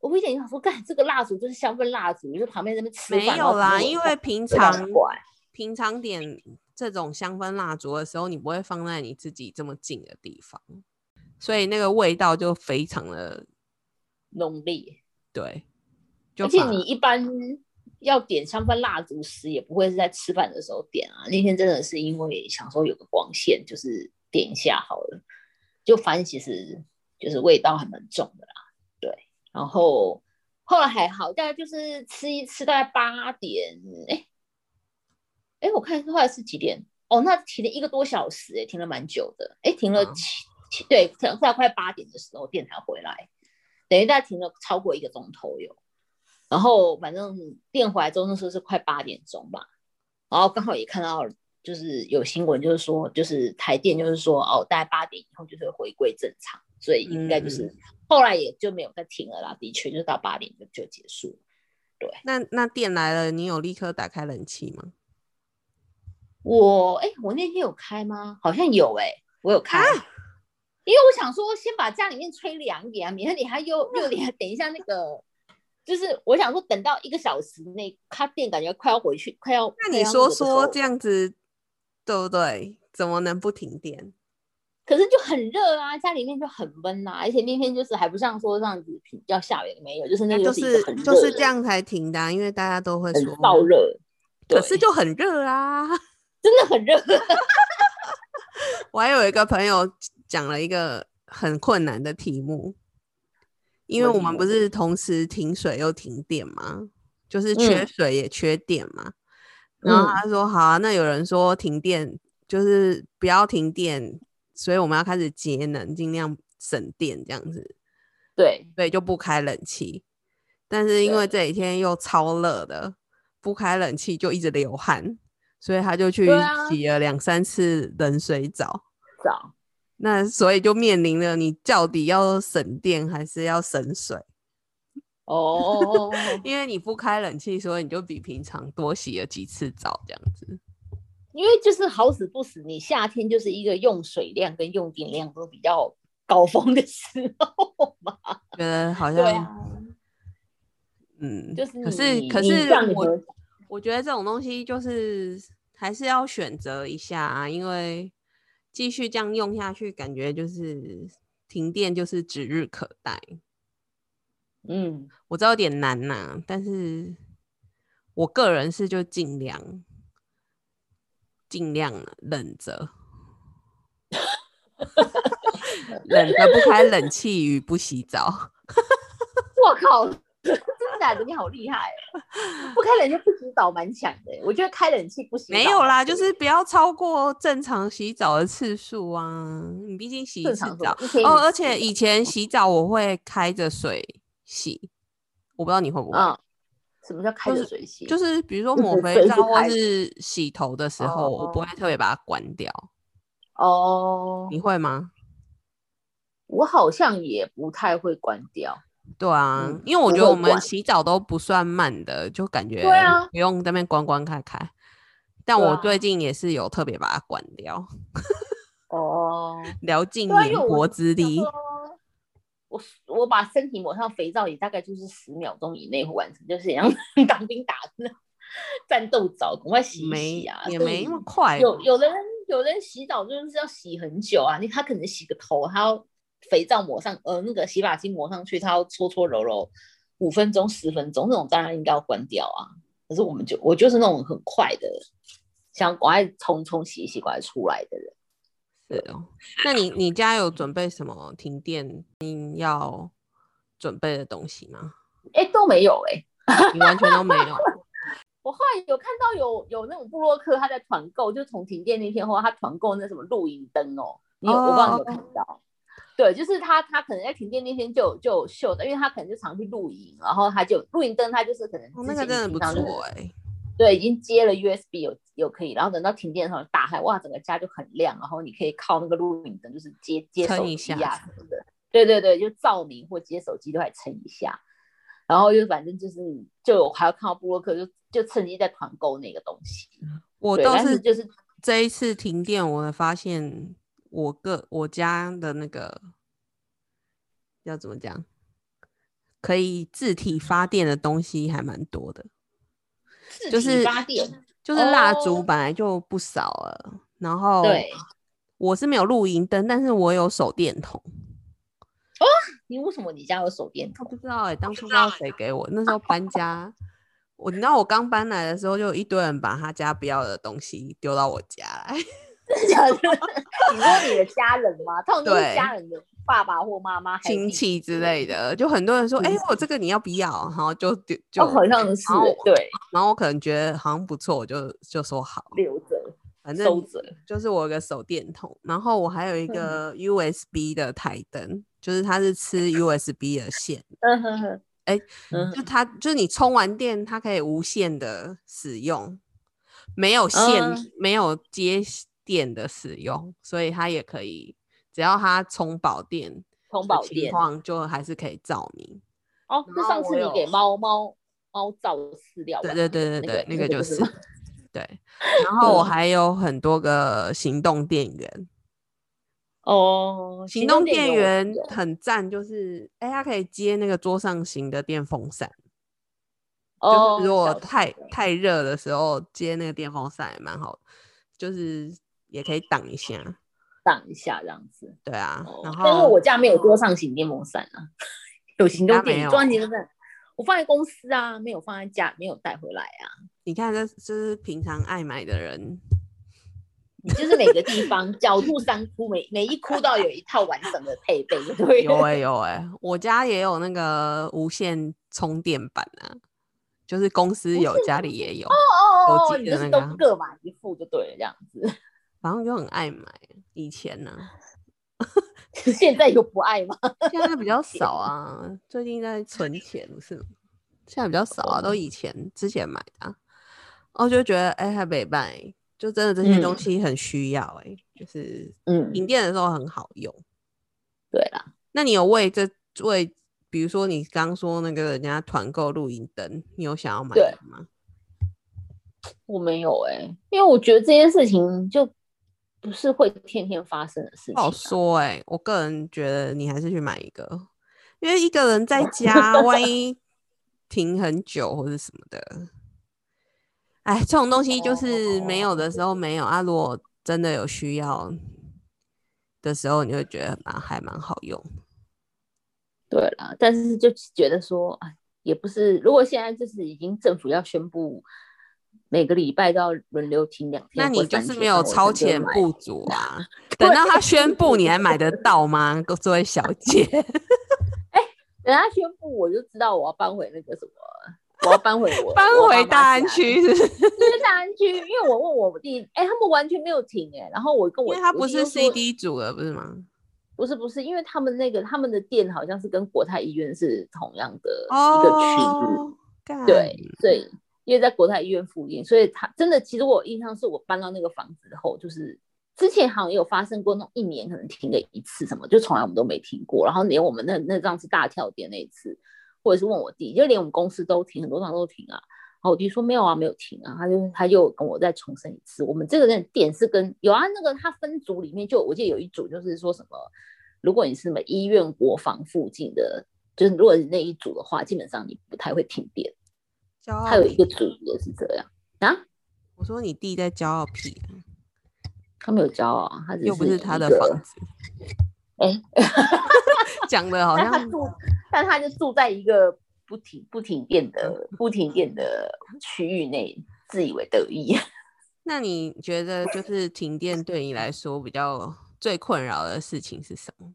Speaker 2: 我一点就想说，干这个蜡烛就是香氛蜡烛，就旁边在那边吃
Speaker 1: 没
Speaker 2: 饭
Speaker 1: 有啦，因为平常
Speaker 2: 管
Speaker 1: 平常点这种香氛蜡烛的时候，你不会放在你自己这么近的地方，所以那个味道就非常的
Speaker 2: 浓烈，
Speaker 1: 对。就
Speaker 2: 而且
Speaker 1: 反而
Speaker 2: 你一般要点香氛蜡烛时，也不会是在吃饭的时候点啊。那天真的是因为想说有个光线，就是点一下好了，就反正其实就是味道还蛮重的啦，对，然后。后来还好，大概就是吃一吃，大概八点，哎、哎，我看后来是几点？哦，那停了一个多小时、哎，停了蛮久的，哎，停了
Speaker 1: 嗯
Speaker 2: 七七、对，可能快快八点的时候电台回来，等于大概停了超过一个钟头有。然后反正电回来之后，那时候是快八点钟吧，然后刚好也看到就是有新闻，就是说就是台电就是说哦，大概八点以后就是会回归正常，所以应该就是、后来也就没有再停了啦，的确就是到八点就就结束了。
Speaker 1: 那那电来了，你有立刻打开冷气吗？
Speaker 2: 我哎、我那天有开吗？好像有哎、我有
Speaker 1: 啊
Speaker 2: 开，因为我想说先把家里面吹凉一点啊，免得你还又又得等一下那个，就是我想说等到一个小时内，它电感觉快要回去，快要
Speaker 1: 那
Speaker 2: 快
Speaker 1: 你
Speaker 2: 要
Speaker 1: 说
Speaker 2: 个的时
Speaker 1: 说
Speaker 2: 候
Speaker 1: 这样子，对不对？怎么能不停电？
Speaker 2: 可是就很热啊，家里面就很闷啊，而且那天就是还不像说这样子要下雨没有，就是那
Speaker 1: 那
Speaker 2: 个
Speaker 1: 就
Speaker 2: 又一
Speaker 1: 是
Speaker 2: 个很
Speaker 1: 就
Speaker 2: 热
Speaker 1: 是
Speaker 2: 的
Speaker 1: 这样才停的啊、因为大家都会
Speaker 2: 很
Speaker 1: 说
Speaker 2: 燥，热，
Speaker 1: 可是
Speaker 2: 对
Speaker 1: 就很热啊。
Speaker 2: 真的很热，
Speaker 1: 我还有一个朋友讲了一个很困难的题目，因为
Speaker 2: 什么
Speaker 1: 我
Speaker 2: 题
Speaker 1: 们
Speaker 2: 目
Speaker 1: 不是同时停水又停电嘛，就是缺
Speaker 2: 嗯
Speaker 1: 水也缺电嘛。然后
Speaker 2: 嗯
Speaker 1: 他说：“好啊，那有人说停电就是不要停电，所以我们要开始节能，尽量省电这样子，
Speaker 2: 对，
Speaker 1: 对，就不开冷气。但是因为这几天又超热的，不开冷气就一直流汗，所以他就去
Speaker 2: 对啊
Speaker 1: 洗了两三次冷水澡。”
Speaker 2: 早
Speaker 1: 那所以就面临了你到底要省电还是要省水？
Speaker 2: 哦，
Speaker 1: 因为你不开冷气，所以你就比平常多洗了几次澡，这样子。
Speaker 2: 因为就是好死不死，你夏天就是一个用水量跟用电量都比较高峰的时候嘛。
Speaker 1: 觉得好像，
Speaker 2: 对啊，
Speaker 1: 嗯，
Speaker 2: 就是
Speaker 1: 可是
Speaker 2: 你
Speaker 1: 可
Speaker 2: 你
Speaker 1: 是
Speaker 2: 这样你
Speaker 1: 我
Speaker 2: 们
Speaker 1: 我觉得这种东西就是还是要选择一下、啊，因为继续这样用下去，感觉就是停电就是指日可待。
Speaker 2: 嗯，
Speaker 1: 我知道有点难呐、但是我个人是就尽量尽量忍 着，忍着不开冷气与不洗澡。
Speaker 2: 我靠，真的假的？你好厉害哦！不开冷气不洗澡蛮强的，欸我觉得开冷气不洗澡
Speaker 1: 没
Speaker 2: 啊
Speaker 1: 有啦，就是不要超过正常洗澡的次数啊。你毕竟洗一
Speaker 2: 正
Speaker 1: 次
Speaker 2: 常说
Speaker 1: 澡
Speaker 2: 一天
Speaker 1: 哦，
Speaker 2: 一
Speaker 1: 而
Speaker 2: 次
Speaker 1: 且以前洗澡我会开着水洗，我不知道你会不会。
Speaker 2: 嗯，什么叫开
Speaker 1: 就
Speaker 2: 着
Speaker 1: 是
Speaker 2: 水洗？
Speaker 1: 就是是比如说
Speaker 2: 就
Speaker 1: 抹
Speaker 2: 是
Speaker 1: 肥
Speaker 2: 水
Speaker 1: 皂
Speaker 2: 是
Speaker 1: 或
Speaker 2: 开
Speaker 1: 是洗头的时候，我不
Speaker 2: 哦
Speaker 1: 会特别把它关掉。
Speaker 2: 哦，
Speaker 1: 你会吗？
Speaker 2: 我好像也不太会关掉。
Speaker 1: 对啊，
Speaker 2: 嗯
Speaker 1: 因为我
Speaker 2: 不
Speaker 1: 觉得
Speaker 2: 会
Speaker 1: 我们
Speaker 2: 管
Speaker 1: 洗澡都不算慢的，就感觉
Speaker 2: 对啊
Speaker 1: 不用在那边关关开开。但
Speaker 2: 对
Speaker 1: 我
Speaker 2: 啊
Speaker 1: 最近也是有特别把它关掉，
Speaker 2: 哦，
Speaker 1: 聊尽
Speaker 2: 对啊因
Speaker 1: 绵
Speaker 2: 为我
Speaker 1: 薄之
Speaker 2: 想
Speaker 1: 力
Speaker 2: 说。我我把身体抹上肥皂，也大概就是十秒钟以内会完成，就是像 当兵打的战斗澡，赶快洗一
Speaker 1: 没
Speaker 2: 洗啊！
Speaker 1: 也
Speaker 2: 所
Speaker 1: 没
Speaker 2: 以
Speaker 1: 那么快吧，
Speaker 2: 有有的人有的人洗澡就是要洗很久啊，你他可能洗个头，他要肥皂抹上，呃，那个洗发精抹上去，他要搓搓揉揉五分钟十分钟，那种当然应该要关掉啊。可是我们就我就是那种很快的，想赶快冲冲洗一洗，赶快出来的人。
Speaker 1: 是哦。那你你家有准备什么停电你要准备的东西吗？
Speaker 2: 哎、都没有哎、
Speaker 1: 你完全都没 有。
Speaker 2: 我后来有看到有有那种布洛克他在团购，就是从停电那天后，他团购那什么露营灯哦，你有、我不知道你有看到？对，就是他他可能在停电那天就有就有秀的，因为他可能就常去露营，然后他就露营灯，他就是可能
Speaker 1: 哦
Speaker 2: 之
Speaker 1: 那个
Speaker 2: 前
Speaker 1: 真的不
Speaker 2: 平常就是
Speaker 1: 错哎、
Speaker 2: 对，已经接了 USB 有有可以，然后等到停电的时候打开，哇，整个家就很亮，然后你可以靠那个录影灯就是接接手
Speaker 1: 撑一
Speaker 2: 机
Speaker 1: 下
Speaker 2: 啊什么的，对对对，就照明或接手机都还撑一下，然后就反正就是就我还要看到布洛克就就趁机在团购那个东西，
Speaker 1: 我
Speaker 2: 对
Speaker 1: 倒
Speaker 2: 但是
Speaker 1: 是
Speaker 2: 就是
Speaker 1: 这一次停电，我发现我个我家的那个要怎么讲，可以自体发电的东西还蛮多的，
Speaker 2: 自
Speaker 1: 就
Speaker 2: 体
Speaker 1: 是
Speaker 2: 发电，
Speaker 1: 就是蜡烛
Speaker 2: 哦
Speaker 1: 本来就不少了，然后
Speaker 2: 对
Speaker 1: 我是没有露营灯，但是我有手电筒，
Speaker 2: 你为什么你家有手电
Speaker 1: 我
Speaker 2: 筒？
Speaker 1: 不知道哎、当初不知
Speaker 2: 道欸
Speaker 1: 道谁给 我，那时候搬家。我你知道我刚搬来的时候，就有一堆人把他家不要的东西丢到我家来，
Speaker 2: 真的假的你说你的家人吗？他们都
Speaker 1: 对
Speaker 2: 是家人的爸爸或妈妈、还有
Speaker 1: 亲
Speaker 2: 弟
Speaker 1: 戚之
Speaker 2: 之
Speaker 1: 类的，就很多人说：“哎、
Speaker 2: 嗯
Speaker 1: 我有这个你要不要？”然后就丢就、
Speaker 2: 哦，好像是
Speaker 1: 然后
Speaker 2: 对
Speaker 1: 然后我可能觉得好像不错，我就就说好。
Speaker 2: 留着
Speaker 1: 反
Speaker 2: 收
Speaker 1: 正
Speaker 2: 着。
Speaker 1: 就是我有个手电筒，然后我还有
Speaker 2: 嗯
Speaker 1: 一个 USB 的台灯，就是它是吃 USB 的线，
Speaker 2: 嗯哼哼，
Speaker 1: 哎
Speaker 2: 嗯
Speaker 1: 就它就是你充完电，它可以无线的使用，没有线、
Speaker 2: 嗯
Speaker 1: 没有接电的使用，所以它也可以，只要它充饱电，
Speaker 2: 充饱
Speaker 1: 情
Speaker 2: 电
Speaker 1: 况就还是可以照明。
Speaker 2: 哦。
Speaker 1: 然
Speaker 2: 那
Speaker 1: 后
Speaker 2: 上次
Speaker 1: 我
Speaker 2: 你
Speaker 1: 有
Speaker 2: 给猫猫猫造饲料吧，
Speaker 1: 对对对对
Speaker 2: 那
Speaker 1: 对，那个
Speaker 2: 个
Speaker 1: 就是
Speaker 2: 吗
Speaker 1: 对。然后我
Speaker 2: 嗯
Speaker 1: 还有很多个行动电源，
Speaker 2: 哦，
Speaker 1: 行动电源
Speaker 2: 我记得
Speaker 1: 很赞，就是哎，它可以接那个桌上型的电风扇，
Speaker 2: 哦，
Speaker 1: 就是如果
Speaker 2: 小
Speaker 1: 太
Speaker 2: 的
Speaker 1: 太热的时候接那个电风扇也蛮好的，就是也可以挡一下。
Speaker 2: 挡一下这样子。
Speaker 1: 对啊，
Speaker 2: 哦
Speaker 1: 然
Speaker 2: 但是
Speaker 1: 后嗯
Speaker 2: 我家没有桌上型电风扇啊，有行动
Speaker 1: 家
Speaker 2: 电
Speaker 1: 没有
Speaker 2: 源，桌上型电风扇我放在公司啊，没有放在家，没有带回来啊。
Speaker 1: 你看这，这是平常爱买的 人，
Speaker 2: 你就是每个地方狡兔三窟，每每一窟都要有一套完整的配备，对
Speaker 1: 有
Speaker 2: 了。
Speaker 1: 哎、有哎、我家也有那个无线充电板啊，就是公司
Speaker 2: 无
Speaker 1: 有，
Speaker 2: 线
Speaker 1: 家
Speaker 2: 充
Speaker 1: 里也有。
Speaker 2: 哦哦
Speaker 1: 我
Speaker 2: 哦，
Speaker 1: 记
Speaker 2: 你
Speaker 1: 得
Speaker 2: 就是
Speaker 1: 那个
Speaker 2: 都
Speaker 1: 啊
Speaker 2: 各买一副就对了，这样子。
Speaker 1: 反正就很爱买。以前啊呢、
Speaker 2: 现在有不爱吗？
Speaker 1: 现在比较少啊， 最近在 存钱不是吗？现在比较少
Speaker 2: 哦
Speaker 1: 啊，都以前之前买的、啊，哦，就觉得哎、还没卖，就真的这些东
Speaker 2: 嗯
Speaker 1: 西很需要哎、就是
Speaker 2: 嗯，
Speaker 1: 停电的时候很好用。
Speaker 2: 对啦，
Speaker 1: 那你有为这为，比如说你刚说那个人家团购露营灯，你有想要买
Speaker 2: 对
Speaker 1: 的吗？
Speaker 2: 我没有哎、因为我觉得这件事情就不是会天天发生的事情、
Speaker 1: 不好
Speaker 2: 啊。
Speaker 1: 说哎、我个人觉得你还是去买一个，因为一个人在 家，万一停很久或者什么的，哎，这种东西
Speaker 2: 哦
Speaker 1: 就是没有的时候没有啊。如果真的有需要的时候，你会觉得蛮还蛮好用。
Speaker 2: 对啦，但是就觉得说，哎，也不是，如果现在就是已经政府要宣布每个礼拜都要轮流停两天，
Speaker 1: 那你就是没有超
Speaker 2: 超
Speaker 1: 前部署啊！ 等到他宣布，你还买得到吗？这位小姐，
Speaker 2: 人家宣布我就知道我要搬回那个什么，我要搬回 我
Speaker 1: 搬
Speaker 2: 我妈
Speaker 1: 回
Speaker 2: 妈
Speaker 1: 大安
Speaker 2: 家
Speaker 1: 区是不是，
Speaker 2: 就是大安区，因为我问我弟，哎、他们完全没有停哎、然后我跟
Speaker 1: 因
Speaker 2: 我，
Speaker 1: 为他
Speaker 2: 我
Speaker 1: 不
Speaker 2: 弟
Speaker 1: 是
Speaker 2: 就说
Speaker 1: CD 组了，不是吗？
Speaker 2: 不是不是，因为他们那个他们的店好像是跟国泰医院是同样的一个区域，
Speaker 1: 哦，干
Speaker 2: 对，所以因为在国泰医院附近，所以他真的其实我有印象是我搬到那个房子后，就是之前好像有发生过那种一年可能停个一次什么，就从来我们都没停过，然后连我们那那张是大跳点那一次，或者是问我弟，就连我们公司都停，很多场都停啊。然后我弟说没有啊，没有停啊，他就他就跟我再重申一次，我们这个人点是跟有啊，那个他分组里面就我记得有一组就是说什么，如果你是什么医院、国防附近的，就是如果你那一组的话，基本上你不太会停电。
Speaker 1: 骄傲
Speaker 2: 他有一
Speaker 1: 屁
Speaker 2: 个组也是这样啊，
Speaker 1: 我说你弟在骄傲屁啊，
Speaker 2: 他没有骄傲啊，他只
Speaker 1: 又不是他
Speaker 2: 一
Speaker 1: 的
Speaker 2: 个
Speaker 1: 房，子，
Speaker 2: 哎，
Speaker 1: 讲的好
Speaker 2: 但他
Speaker 1: 像
Speaker 2: 住，但他就住在一个不停不停电的不停电的区域内，自以为得意。
Speaker 1: 那你觉得就是停电对你来说比较最困扰的事情是什么？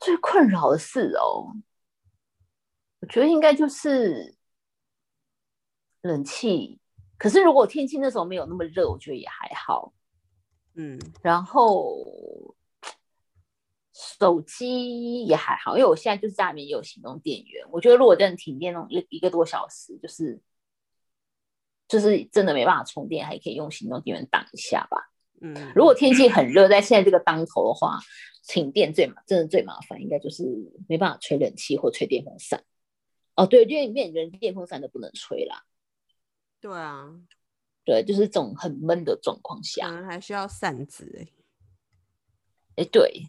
Speaker 2: 最困扰的事哦，我觉得应该就是冷气。可是如果天气那时候没有那么热，我觉得也还好。
Speaker 1: 嗯，
Speaker 2: 然后手机也还好，因为我现在就是家里面也有行动电源。我觉得如果真的停电那种一一个多小时，就是就是真的没办法充电，还可以用行动电源挡一下吧。
Speaker 1: 嗯，
Speaker 2: 如果天气很热，在现在这个当头的话，停电最麻，真的最麻烦，应该就是没办法吹冷气或吹电风扇。哦，对，因为面连电风扇都不能吹啦。
Speaker 1: 对啊，
Speaker 2: 对，就是这种很闷的状况
Speaker 1: 可
Speaker 2: 下，
Speaker 1: 能还需要扇子哎、
Speaker 2: 哎、对，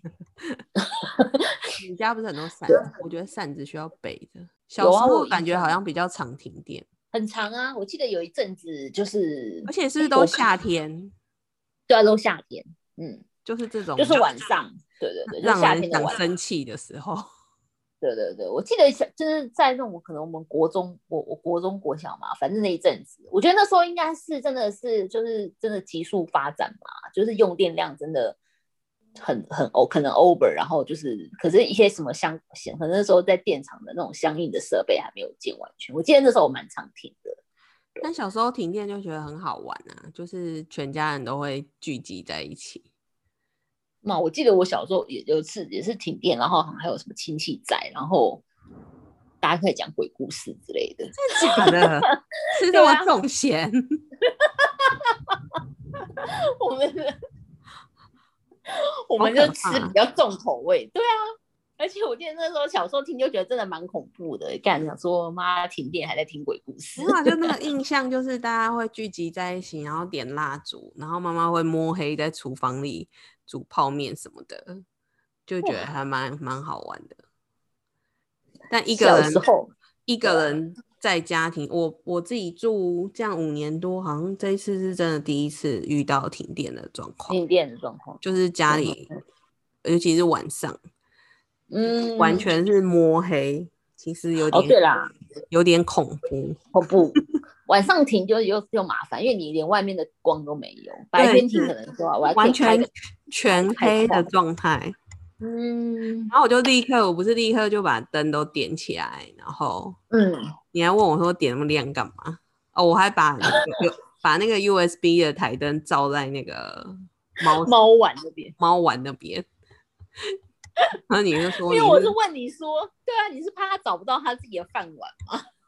Speaker 1: 你家不是很多扇
Speaker 2: 对
Speaker 1: 子？我觉得扇子需要备的。小
Speaker 2: 有
Speaker 1: 时
Speaker 2: 啊我
Speaker 1: 候
Speaker 2: 印
Speaker 1: 感觉好
Speaker 2: 象
Speaker 1: 像比较常停电，
Speaker 2: 很长啊。我记得有一阵子就是，
Speaker 1: 而且是不
Speaker 2: 哎
Speaker 1: 是都
Speaker 2: 我
Speaker 1: 夏天？
Speaker 2: 对啊，都夏天，嗯，
Speaker 1: 就是这种，
Speaker 2: 就是晚上，对对对，就是
Speaker 1: 让
Speaker 2: 夏
Speaker 1: 人
Speaker 2: 天的
Speaker 1: 想
Speaker 2: 晚上。
Speaker 1: 生气的时候。
Speaker 2: 对对对，我记得小就是在那种可能我们国中，我我国中国小嘛，反正那一阵子，我觉得那时候应该是真的是就是真的急速发展嘛，就是用电量真的很很 o 可能 over，然后就是可是一些什么相可能那时候在电厂的那种相应的设备还没有建完全，我记得那时候我蛮常听的，
Speaker 1: 但小时候停电就觉得很好玩啊，就是全家人都会聚集在一起。
Speaker 2: 那我记得我小时候也有一次也是停电，然后好像还有什么亲戚在，然后大家开始讲鬼故事之类的。
Speaker 1: 真的假的？吃
Speaker 2: 对
Speaker 1: 这么
Speaker 2: 啊
Speaker 1: 重 咸？
Speaker 2: 我们的我
Speaker 1: 好
Speaker 2: 们
Speaker 1: 可
Speaker 2: 就吃
Speaker 1: 怕
Speaker 2: 比较重口味，对啊。而且我记得那时候小时候听就觉得真的蛮恐怖的，干想说妈停电还在听鬼故事
Speaker 1: 没，有啊，就那个印象就是大家会聚集在一起，然后点蜡烛，然后妈妈会摸黑在厨房里煮泡面什么的，就觉得
Speaker 2: 哇
Speaker 1: 还蛮蛮好玩的。但一个
Speaker 2: 小
Speaker 1: 人
Speaker 2: 时候
Speaker 1: 一
Speaker 2: 对
Speaker 1: 个
Speaker 2: 啊
Speaker 1: 人在家庭，我我自己住这样五年多，好像这一次是真的第一次遇到停电的状况，
Speaker 2: 停电的状况，
Speaker 1: 就是家
Speaker 2: 嗯
Speaker 1: 里，尤其是晚上，
Speaker 2: 嗯，
Speaker 1: 完全是摸黑，其实有
Speaker 2: 哦
Speaker 1: 点
Speaker 2: 对啦，
Speaker 1: 有点恐怖。
Speaker 2: 恐怖。晚上停就又又麻烦，因为你连外面的光都没有，白
Speaker 1: 对
Speaker 2: 天停
Speaker 1: 是
Speaker 2: 可能说啊我还可以
Speaker 1: 完
Speaker 2: 开
Speaker 1: 全
Speaker 2: 个，
Speaker 1: 全
Speaker 2: 开
Speaker 1: 黑的
Speaker 2: 窗
Speaker 1: 状态，
Speaker 2: 嗯
Speaker 1: 然后我就立刻，我不是立刻就把灯都点起来，然后
Speaker 2: 嗯，
Speaker 1: 你还问我说点那么亮干嘛？哦，我还把有有把那个 USB 的台灯照在那个猫
Speaker 2: 猫碗那边。
Speaker 1: 猫碗那边，然后你就说
Speaker 2: 因
Speaker 1: 你
Speaker 2: 为我
Speaker 1: 哦是
Speaker 2: 是问你说，对啊，你是怕他找不到他自己的饭碗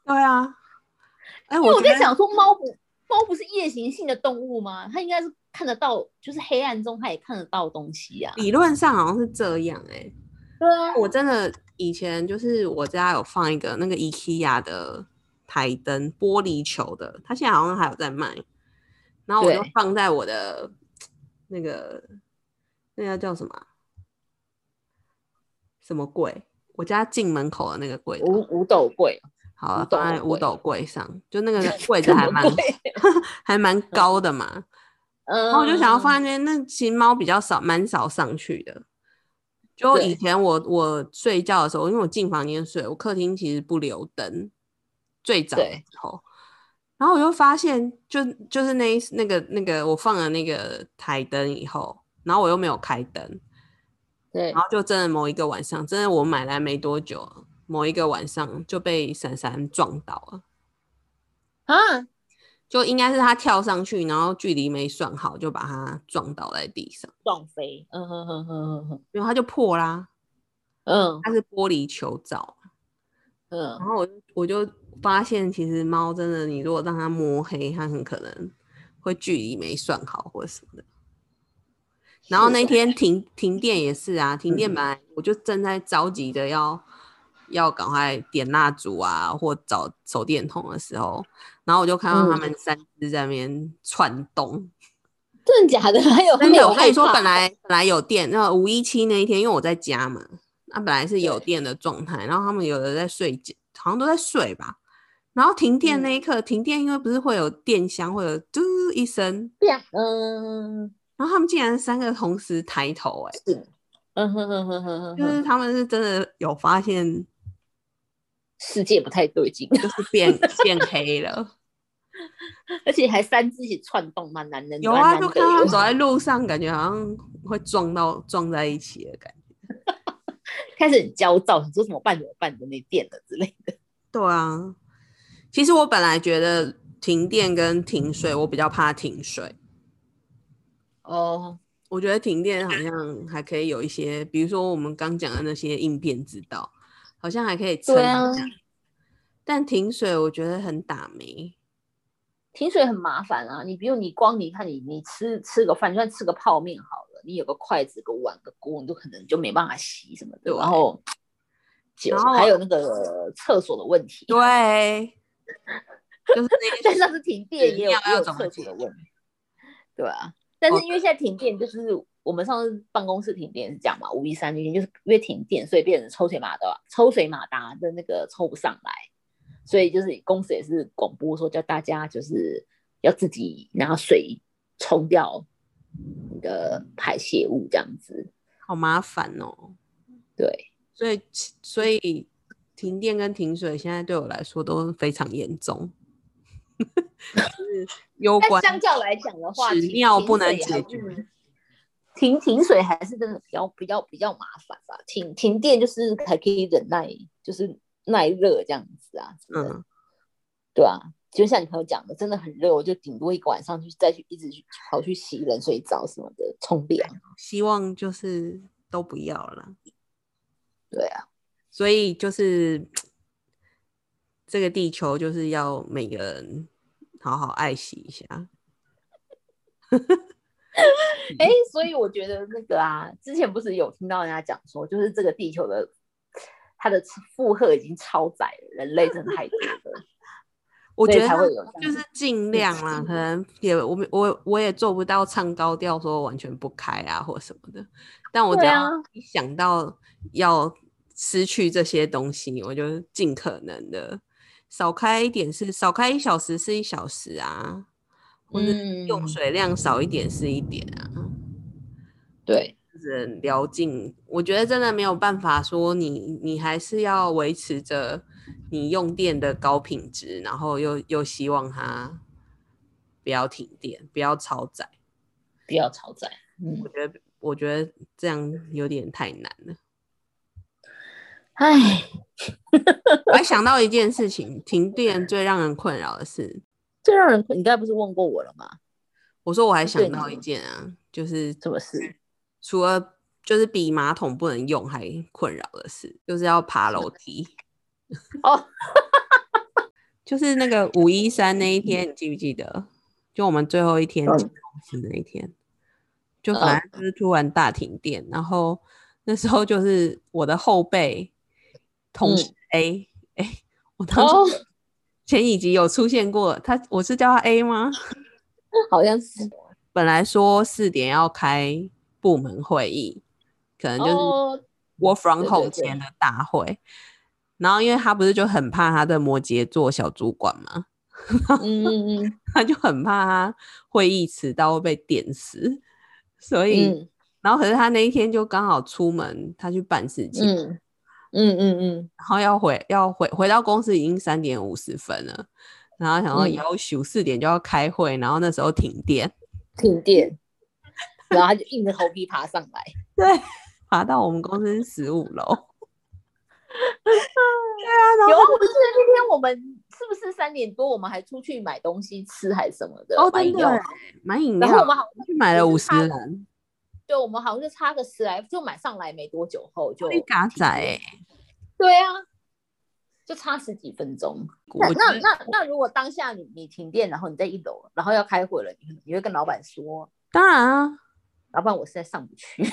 Speaker 1: 对啊，哎，
Speaker 2: 因为我
Speaker 1: 觉得
Speaker 2: 在想说，猫不猫不是夜行性的动物吗？它应该是看得到，就是黑暗中它也看得到东西呀、啊。
Speaker 1: 理论上好像是这样哎、
Speaker 2: 对啊，
Speaker 1: 我真的以前就是我家有放一个那个 IKEA 的台灯，玻璃球的，它现在好像还有在卖。然后我就
Speaker 2: 对
Speaker 1: 放在我的那个那个叫什么啊什么柜，我家进门口的那个柜子，
Speaker 2: 五五斗柜，
Speaker 1: 好
Speaker 2: 五
Speaker 1: 了，
Speaker 2: 斗
Speaker 1: 放在五
Speaker 2: 柜
Speaker 1: 斗柜上，就 那个柜子还蛮 还蛮高的嘛。
Speaker 2: 嗯，
Speaker 1: 然后我就想要放在那边，那其实猫比较少，蛮少上去的。就以
Speaker 2: 对
Speaker 1: 前我我睡觉的时候，因为我进房间睡，我客厅其实不留灯，最早的
Speaker 2: 对
Speaker 1: 时候。然后我就发现，就就是那一那个那个我放了那个台灯以后，然后我又没有开灯，
Speaker 2: 对
Speaker 1: 然，后就真的某一个晚上，真的我买来没多久，某一个晚上就被闪闪撞到了。
Speaker 2: 啊，
Speaker 1: 就应该是他跳上去，然后距离没算好，就把它撞倒在地上，
Speaker 2: 撞飞，嗯哼哼哼哼哼，
Speaker 1: 因为它就破啦。
Speaker 2: 嗯
Speaker 1: 它是玻璃球罩，然
Speaker 2: 嗯，
Speaker 1: 后我就我就发现，其实猫真的，你如果让它摸黑，它很可能会距离没算好或者什么的。然后
Speaker 2: 是
Speaker 1: 那
Speaker 2: 的
Speaker 1: 天停停电也是 啊，停电
Speaker 2: 嗯
Speaker 1: 本来我就正在着急的要要赶快点蜡烛啊，或找手电筒的时候，然后我就看到它
Speaker 2: 嗯
Speaker 1: 们三只在那边窜动。
Speaker 2: 真的假的？还有
Speaker 1: 真
Speaker 2: 没
Speaker 1: 的，
Speaker 2: 有
Speaker 1: 哦我跟你
Speaker 2: 害
Speaker 1: 说，
Speaker 2: 怕欸
Speaker 1: 本来本来有电，那五一七那一天，因为我在家嘛，那本来是有
Speaker 2: 对
Speaker 1: 电的状态，然后他们有的在睡觉，好像都在睡吧。然后停电
Speaker 2: 嗯
Speaker 1: 那一刻，停电因为不是会有电箱，会有嘟一声，
Speaker 2: 变，嗯
Speaker 1: 然后他们竟然三个同时抬头、欸，
Speaker 2: 嗯哼哼哼哼哼
Speaker 1: 就
Speaker 2: 哼，
Speaker 1: 是他们是真的有发现，
Speaker 2: 世界不太对劲，
Speaker 1: 就是变变黑了。
Speaker 2: 而且还三只一起窜动，蛮难的。
Speaker 1: 有啊，
Speaker 2: 蛮难
Speaker 1: 就
Speaker 2: 得
Speaker 1: 看他
Speaker 2: 有
Speaker 1: 们走在路上，感觉好像会撞到撞在一起的感觉。
Speaker 2: 开始很焦躁，想说怎么办怎么办，没电了之类的。
Speaker 1: 对啊，其实我本来觉得停电跟停水，我比较怕停水。
Speaker 2: 哦，
Speaker 1: 我觉得停电好像还可以有一些，比如说我们刚讲的那些应变之道，好像还可以撑一
Speaker 2: 对啊
Speaker 1: 下但停水我觉得很打没，
Speaker 2: 停水很麻烦啊，你比如你光你看你你吃吃个饭，就算吃个泡面好了，你有个筷子、个碗、个锅，你都可能就没办法洗什么的。
Speaker 1: 对
Speaker 2: 然后酒
Speaker 1: 然后
Speaker 2: 还有那个厕所的问题，
Speaker 1: 对，就是那
Speaker 2: 但
Speaker 1: 些
Speaker 2: 上次停电也有
Speaker 1: 尿
Speaker 2: 也
Speaker 1: 要
Speaker 2: 有
Speaker 1: 怎么
Speaker 2: 厕所
Speaker 1: 解哦
Speaker 2: 的问题，对啊。但是因为现在停电，就是我们上次办公室停电是这样嘛，五一三那天就是因为停电，所以变成抽水马达，抽水马达的那个抽不上来，所以就是公司也是广播说叫大家就是要自己拿水冲掉你的排泄物这样子，
Speaker 1: 好麻烦哦。
Speaker 2: 对，
Speaker 1: 所以其所以停电跟停水现在对我来说都非常严重， 就是攸
Speaker 2: 但
Speaker 1: 关
Speaker 2: 相较来讲的话，
Speaker 1: 屎
Speaker 2: 停
Speaker 1: 尿不能
Speaker 2: 停水还
Speaker 1: 解
Speaker 2: 是停停水还是真的比较比较比较麻烦吧。停停电就是还可以忍耐，就是耐热这样子啊，
Speaker 1: 嗯，
Speaker 2: 对啊，就像你朋友讲的，真的很热，我就顶多一个晚上去再去一直去跑去洗冷水澡什么的冲凉。
Speaker 1: 希望就是都不要了啦。
Speaker 2: 对啊，
Speaker 1: 所以就是这个地球就是要每个人好好爱惜一下。嗯
Speaker 2: 哎、所以我觉得那个啊，之前不是有听到人家讲说，就是这个地球的它的负荷已经超载了，人类真的太多了，
Speaker 1: 我
Speaker 2: 所以
Speaker 1: 觉得
Speaker 2: 才会
Speaker 1: 他
Speaker 2: 有这
Speaker 1: 就
Speaker 2: 样
Speaker 1: 是尽量啦，
Speaker 2: 嗯
Speaker 1: 可能也我没我我也做不到唱高调说完全不开啊或什么的，但我只
Speaker 2: 对
Speaker 1: 要
Speaker 2: 啊
Speaker 1: 一想到要失去这些东西，我就尽可能的少开一点是少开一小时是一小时啊，或者用
Speaker 2: 嗯
Speaker 1: 水量少一点是一点啊，
Speaker 2: 对。
Speaker 1: 就是聊尽。我觉得真的没有办法说你，你还是要维持着你用电的高品质，然后又又希望它不要停电，不要超载。
Speaker 2: 不要超载。嗯
Speaker 1: 我，觉得，我觉得这样有点太难了。
Speaker 2: 唉，
Speaker 1: 我还想到一件事情，停电最让人困扰的事。
Speaker 2: 最让人困，你刚才不是问过我了吗？
Speaker 1: 我说我还想
Speaker 2: 对
Speaker 1: 到一
Speaker 2: 你
Speaker 1: 件啊，就是
Speaker 2: 什么事？
Speaker 1: 除了就是比马桶不能用还困扰的事，就是要爬楼梯。
Speaker 2: 哦，
Speaker 1: 就是那个五一三那一天，你记不记得？就我们最后一天
Speaker 2: 嗯
Speaker 1: 进公司那一天，就反正就是突然大停电，然后那时候就是我的后辈同事 A，哎、我当
Speaker 2: 嗯哦
Speaker 1: 时前几集有出现过他，我是叫他 A 吗？
Speaker 2: 好像是
Speaker 1: 本来说四点要开部门会议，可能就是
Speaker 2: 哦，
Speaker 1: work from
Speaker 2: 对
Speaker 1: home
Speaker 2: 对
Speaker 1: 前的大会，然后因为他不是就很怕他的摩羯座小主管嘛，
Speaker 2: 嗯嗯嗯
Speaker 1: 他就很怕他会议迟到会被电死，所以，
Speaker 2: 嗯
Speaker 1: 然后可是他那一天就刚好出门，他去办事情，
Speaker 2: 嗯嗯嗯嗯，
Speaker 1: 然后要回要回回到公司已经三点五十分了，然后想说
Speaker 2: 嗯
Speaker 1: 要休四点就要开会，然后那时候停电，
Speaker 2: 停 电，然后他就硬着头皮爬上来。
Speaker 1: 对，爬到我们公司十五楼， 对
Speaker 2: 有，
Speaker 1: 啊，
Speaker 2: 哦我记得那天我们是不是三点多，我们还出去买东西吃还是什么的，
Speaker 1: 然后哦
Speaker 2: 买
Speaker 1: 真
Speaker 2: 饮
Speaker 1: 的
Speaker 2: 料。
Speaker 1: 欸买饮
Speaker 2: 然后我
Speaker 1: 料，
Speaker 2: 们好，
Speaker 1: 去买了
Speaker 2: 就
Speaker 1: 五
Speaker 2: 是
Speaker 1: 十
Speaker 2: 他
Speaker 1: 人，
Speaker 2: 对，我们好像就差个十来，就买上来没多久后就
Speaker 1: 一嘎仔、
Speaker 2: 停
Speaker 1: 欸
Speaker 2: 电，哦对啊，就差十几分钟。
Speaker 1: 我
Speaker 2: 那
Speaker 1: 觉
Speaker 2: 那
Speaker 1: 得
Speaker 2: 那那如果当下你你停电，然后你在一楼，然后要开会了，你你会跟老板说，
Speaker 1: 当然 啊，
Speaker 2: 老板我实在上不去，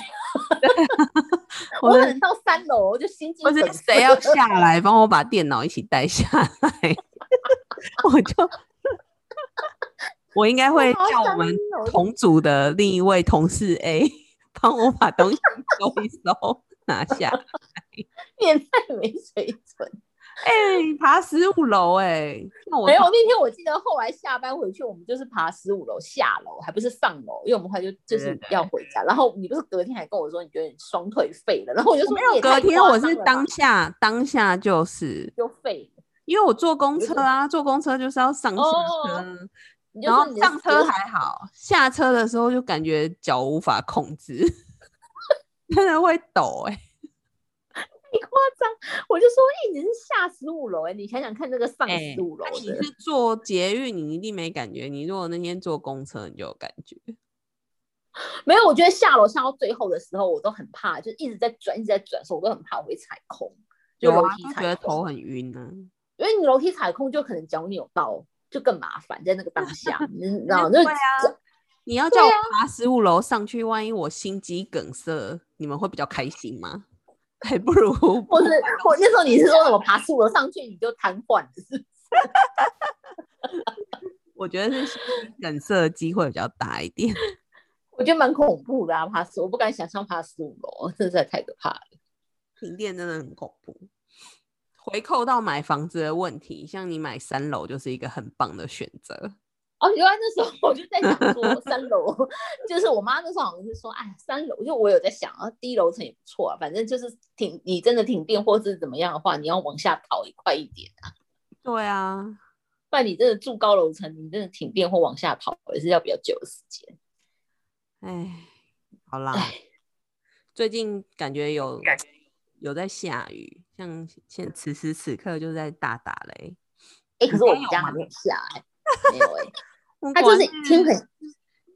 Speaker 2: 我
Speaker 1: 我
Speaker 2: 可
Speaker 1: 的
Speaker 2: 能到三楼我就心惊
Speaker 1: 或
Speaker 2: 粉
Speaker 1: 者
Speaker 2: 碎
Speaker 1: 谁要下来帮我把电脑一起带下来， 我就我应该会叫我们
Speaker 2: 哦
Speaker 1: 同组的另一位同事 A 帮我把东西 收一收拿 下。
Speaker 2: 你也太没水准。
Speaker 1: 哎、爬十五楼哎，那我
Speaker 2: 没有，那天我记得后来下班回去，我们就是爬十五楼下楼，还不是上楼，因为我们快就就
Speaker 1: 对
Speaker 2: 是
Speaker 1: 对对
Speaker 2: 要回家。然后你不是隔天还跟我说你觉得你双腿废了，然后我就
Speaker 1: 我
Speaker 2: 说
Speaker 1: 没有
Speaker 2: 你也
Speaker 1: 隔
Speaker 2: 太
Speaker 1: 天
Speaker 2: 夸
Speaker 1: 我
Speaker 2: 张
Speaker 1: 是
Speaker 2: 了吧
Speaker 1: 当下当下就是
Speaker 2: 就废了，
Speaker 1: 因为我坐公车啊，坐公车就是要上下车。
Speaker 2: 哦你就
Speaker 1: 然
Speaker 2: 说
Speaker 1: 后
Speaker 2: 你的
Speaker 1: 上车
Speaker 2: 有
Speaker 1: 还好，下车的时候就感觉脚无法控制， 真的会抖哎、
Speaker 2: 太夸张，我就说，哎、你是下十五楼哎，你想想看那个上
Speaker 1: 哎
Speaker 2: 十五楼
Speaker 1: 那你
Speaker 2: 的，
Speaker 1: 是坐捷运，你一定没感觉；你如果那天坐公车，你就有感觉。
Speaker 2: 没有，我觉得下楼下到最后的时候，我都很怕，就一直在转，一直在转，所以我都很怕我会踩空，就
Speaker 1: 有
Speaker 2: 楼
Speaker 1: 啊，
Speaker 2: 梯
Speaker 1: 就觉
Speaker 2: 踩
Speaker 1: 得
Speaker 2: 空，
Speaker 1: 头很晕啊。
Speaker 2: 因为你楼梯踩空就可能脚扭到，就更麻烦，在那个当下，你知 道
Speaker 1: 对
Speaker 2: 那
Speaker 1: 啊你要叫我爬十五楼上去，万一我心肌梗塞，你们会比较开心吗？ 还不如
Speaker 2: 或是或那时候你是说什么爬树楼上去你就瘫痪了，是不是
Speaker 1: 我觉得是心肌梗塞的机会比较大一点。
Speaker 2: 我觉得蛮恐怖的啊，爬树，我不敢想象爬十五楼，真的实在太可怕了。
Speaker 1: 停电真的很恐怖。回扣到买房子的问题，像你买三楼就是一个很棒的选择。
Speaker 2: 哦，原来那时候我就在想说三楼， 就是我妈那时候好像是说，哎，三楼，就我有在想啊，第一楼层也不错啊，反正就是停，你真的停电或是怎么样的话，你要往下逃一快一点啊，
Speaker 1: 对啊，
Speaker 2: 不然你真的住高楼层，你真的停电或往下逃也是要比较久的时间。
Speaker 1: 哎，好啦，
Speaker 2: 哎，
Speaker 1: 最近感觉有有在下雨，像现此时此刻就在大打雷。
Speaker 2: 哎，可是我
Speaker 1: 你
Speaker 2: 们
Speaker 1: 家有
Speaker 2: 家还
Speaker 1: 吗
Speaker 2: 没有下哎、没有哎、
Speaker 1: 我
Speaker 2: 它就
Speaker 1: 果然
Speaker 2: 是天很，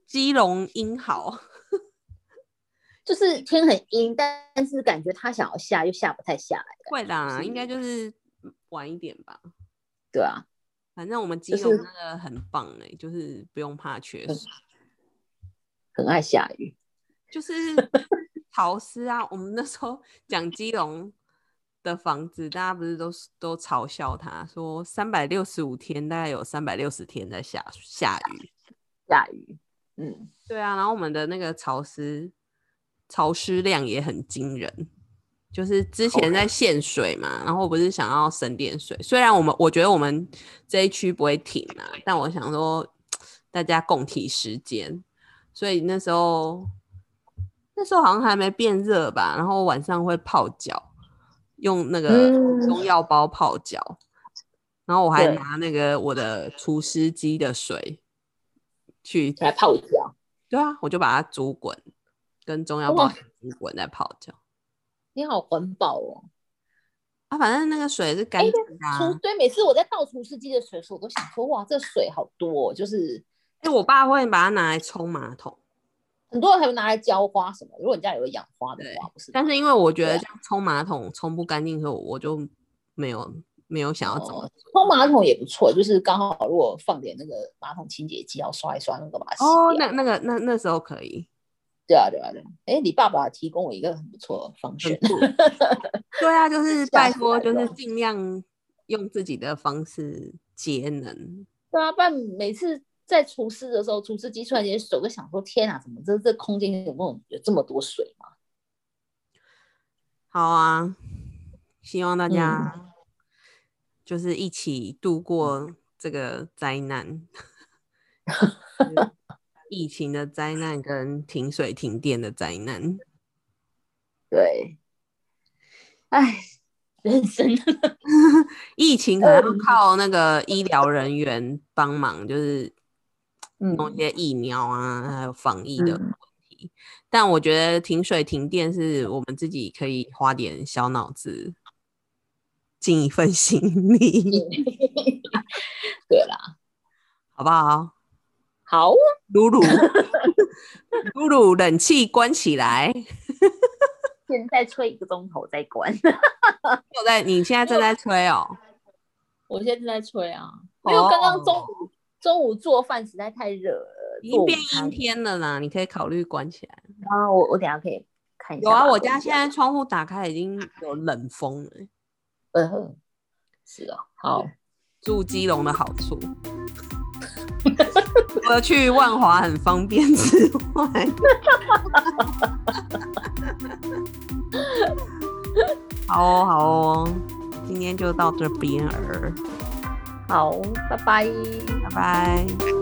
Speaker 1: 基隆英豪，
Speaker 2: 就是天很阴，但但是感觉它想要下又下不太下来的感觉，
Speaker 1: 会啦，
Speaker 2: 是
Speaker 1: 应该就是晚一点吧。
Speaker 2: 对啊，
Speaker 1: 反正我们基
Speaker 2: 就
Speaker 1: 隆
Speaker 2: 是
Speaker 1: 真的很棒哎、就是不用怕缺
Speaker 2: 嗯
Speaker 1: 水。
Speaker 2: 很爱下雨。
Speaker 1: 就是潮湿啊。我们那时候讲基隆的房子，大家不是都都嘲笑他说三百六十五天，大概有三百六十天在下下雨。
Speaker 2: 下雨，嗯，
Speaker 1: 对啊，然后我们的那个潮湿潮湿量也很惊人。就是之前在限水嘛，然后我不是想要省点水，虽然我们我觉得我们这一区不会停啊，但我想说大家共体时间，所以那时候那时候好像还没变热吧，然后晚上会泡脚，用那个
Speaker 2: 嗯
Speaker 1: 中药包泡脚，然后我还
Speaker 2: 对
Speaker 1: 拿那个我的除湿机的水去，
Speaker 2: 来泡脚。
Speaker 1: 对啊，我就把它煮滚，跟中药包
Speaker 2: 哇
Speaker 1: 煮滚再泡脚
Speaker 2: 你好环保哦！
Speaker 1: 啊，反正那个水是干
Speaker 2: 哎
Speaker 1: 净的、啊。
Speaker 2: 除对，每次我在倒除湿机的水的时候，我都想说，哇，这水好多、哦，就是
Speaker 1: 哎、我爸会把它拿来冲马桶，
Speaker 2: 很多人还会拿来浇花什么。如果你家有养花的
Speaker 1: 对
Speaker 2: 话，不是？
Speaker 1: 但是因为我觉
Speaker 2: 对
Speaker 1: 得
Speaker 2: 啊
Speaker 1: 这样冲马桶冲不干净，所以我就没有没有想要怎么
Speaker 2: 哦冲马桶也不错，就是刚好如果放点那个马桶清洁剂，要刷一刷，那个把它洗
Speaker 1: 哦，
Speaker 2: 掉。
Speaker 1: 那那个那那时候可以，
Speaker 2: 对啊，对啊，对啊。哎，你爸爸提供我一个很不错的方
Speaker 1: 很
Speaker 2: 式，
Speaker 1: 酷。对啊，就是
Speaker 2: 吓
Speaker 1: 拜
Speaker 2: 死
Speaker 1: 托，
Speaker 2: 人
Speaker 1: 就是
Speaker 2: 了
Speaker 1: 尽量用自己的方式节能。
Speaker 2: 对啊，不然每次在除湿的时候，除湿机突然间手就想说，天啊，怎么这这空间有没有有这么多水嘛？
Speaker 1: 好啊，希望大家就是一起度过这个灾难，就是疫情的灾难跟停水停电的灾难。
Speaker 2: 对，哎，人生
Speaker 1: 疫情可能要靠那个医疗人员帮忙，就是
Speaker 2: 嗯
Speaker 1: 弄一些疫苗啊，还有防疫的
Speaker 2: 嗯
Speaker 1: 问题。但我觉得停水停电是我们自己可以花点小脑子，尽一份心
Speaker 2: 嗯
Speaker 1: 力，
Speaker 2: 对啦，
Speaker 1: 好不好？
Speaker 2: 好，哦
Speaker 1: 露露，露露，冷气关起来。
Speaker 2: 现在吹一个钟头再关。
Speaker 1: 我在，你现在正在吹哦。
Speaker 2: 我现在正在吹啊，
Speaker 1: 哦
Speaker 2: 因为刚刚中午、中午做饭实在太热了，
Speaker 1: 已
Speaker 2: 做
Speaker 1: 经
Speaker 2: 午
Speaker 1: 变
Speaker 2: 餐
Speaker 1: 阴天了啦，你可以考虑关起来。
Speaker 2: 啊，我我等一下可以看一下
Speaker 1: 有
Speaker 2: 吧。
Speaker 1: 啊，我
Speaker 2: 等
Speaker 1: 家
Speaker 2: 一
Speaker 1: 现
Speaker 2: 下
Speaker 1: 在窗户打开已经有冷风了。
Speaker 2: 呃，是哦，好，
Speaker 1: 住基隆的好 处，除了去万华很方便之 外，好哦，好哦，今天就到这边儿，
Speaker 2: 好，拜拜。
Speaker 1: 拜拜。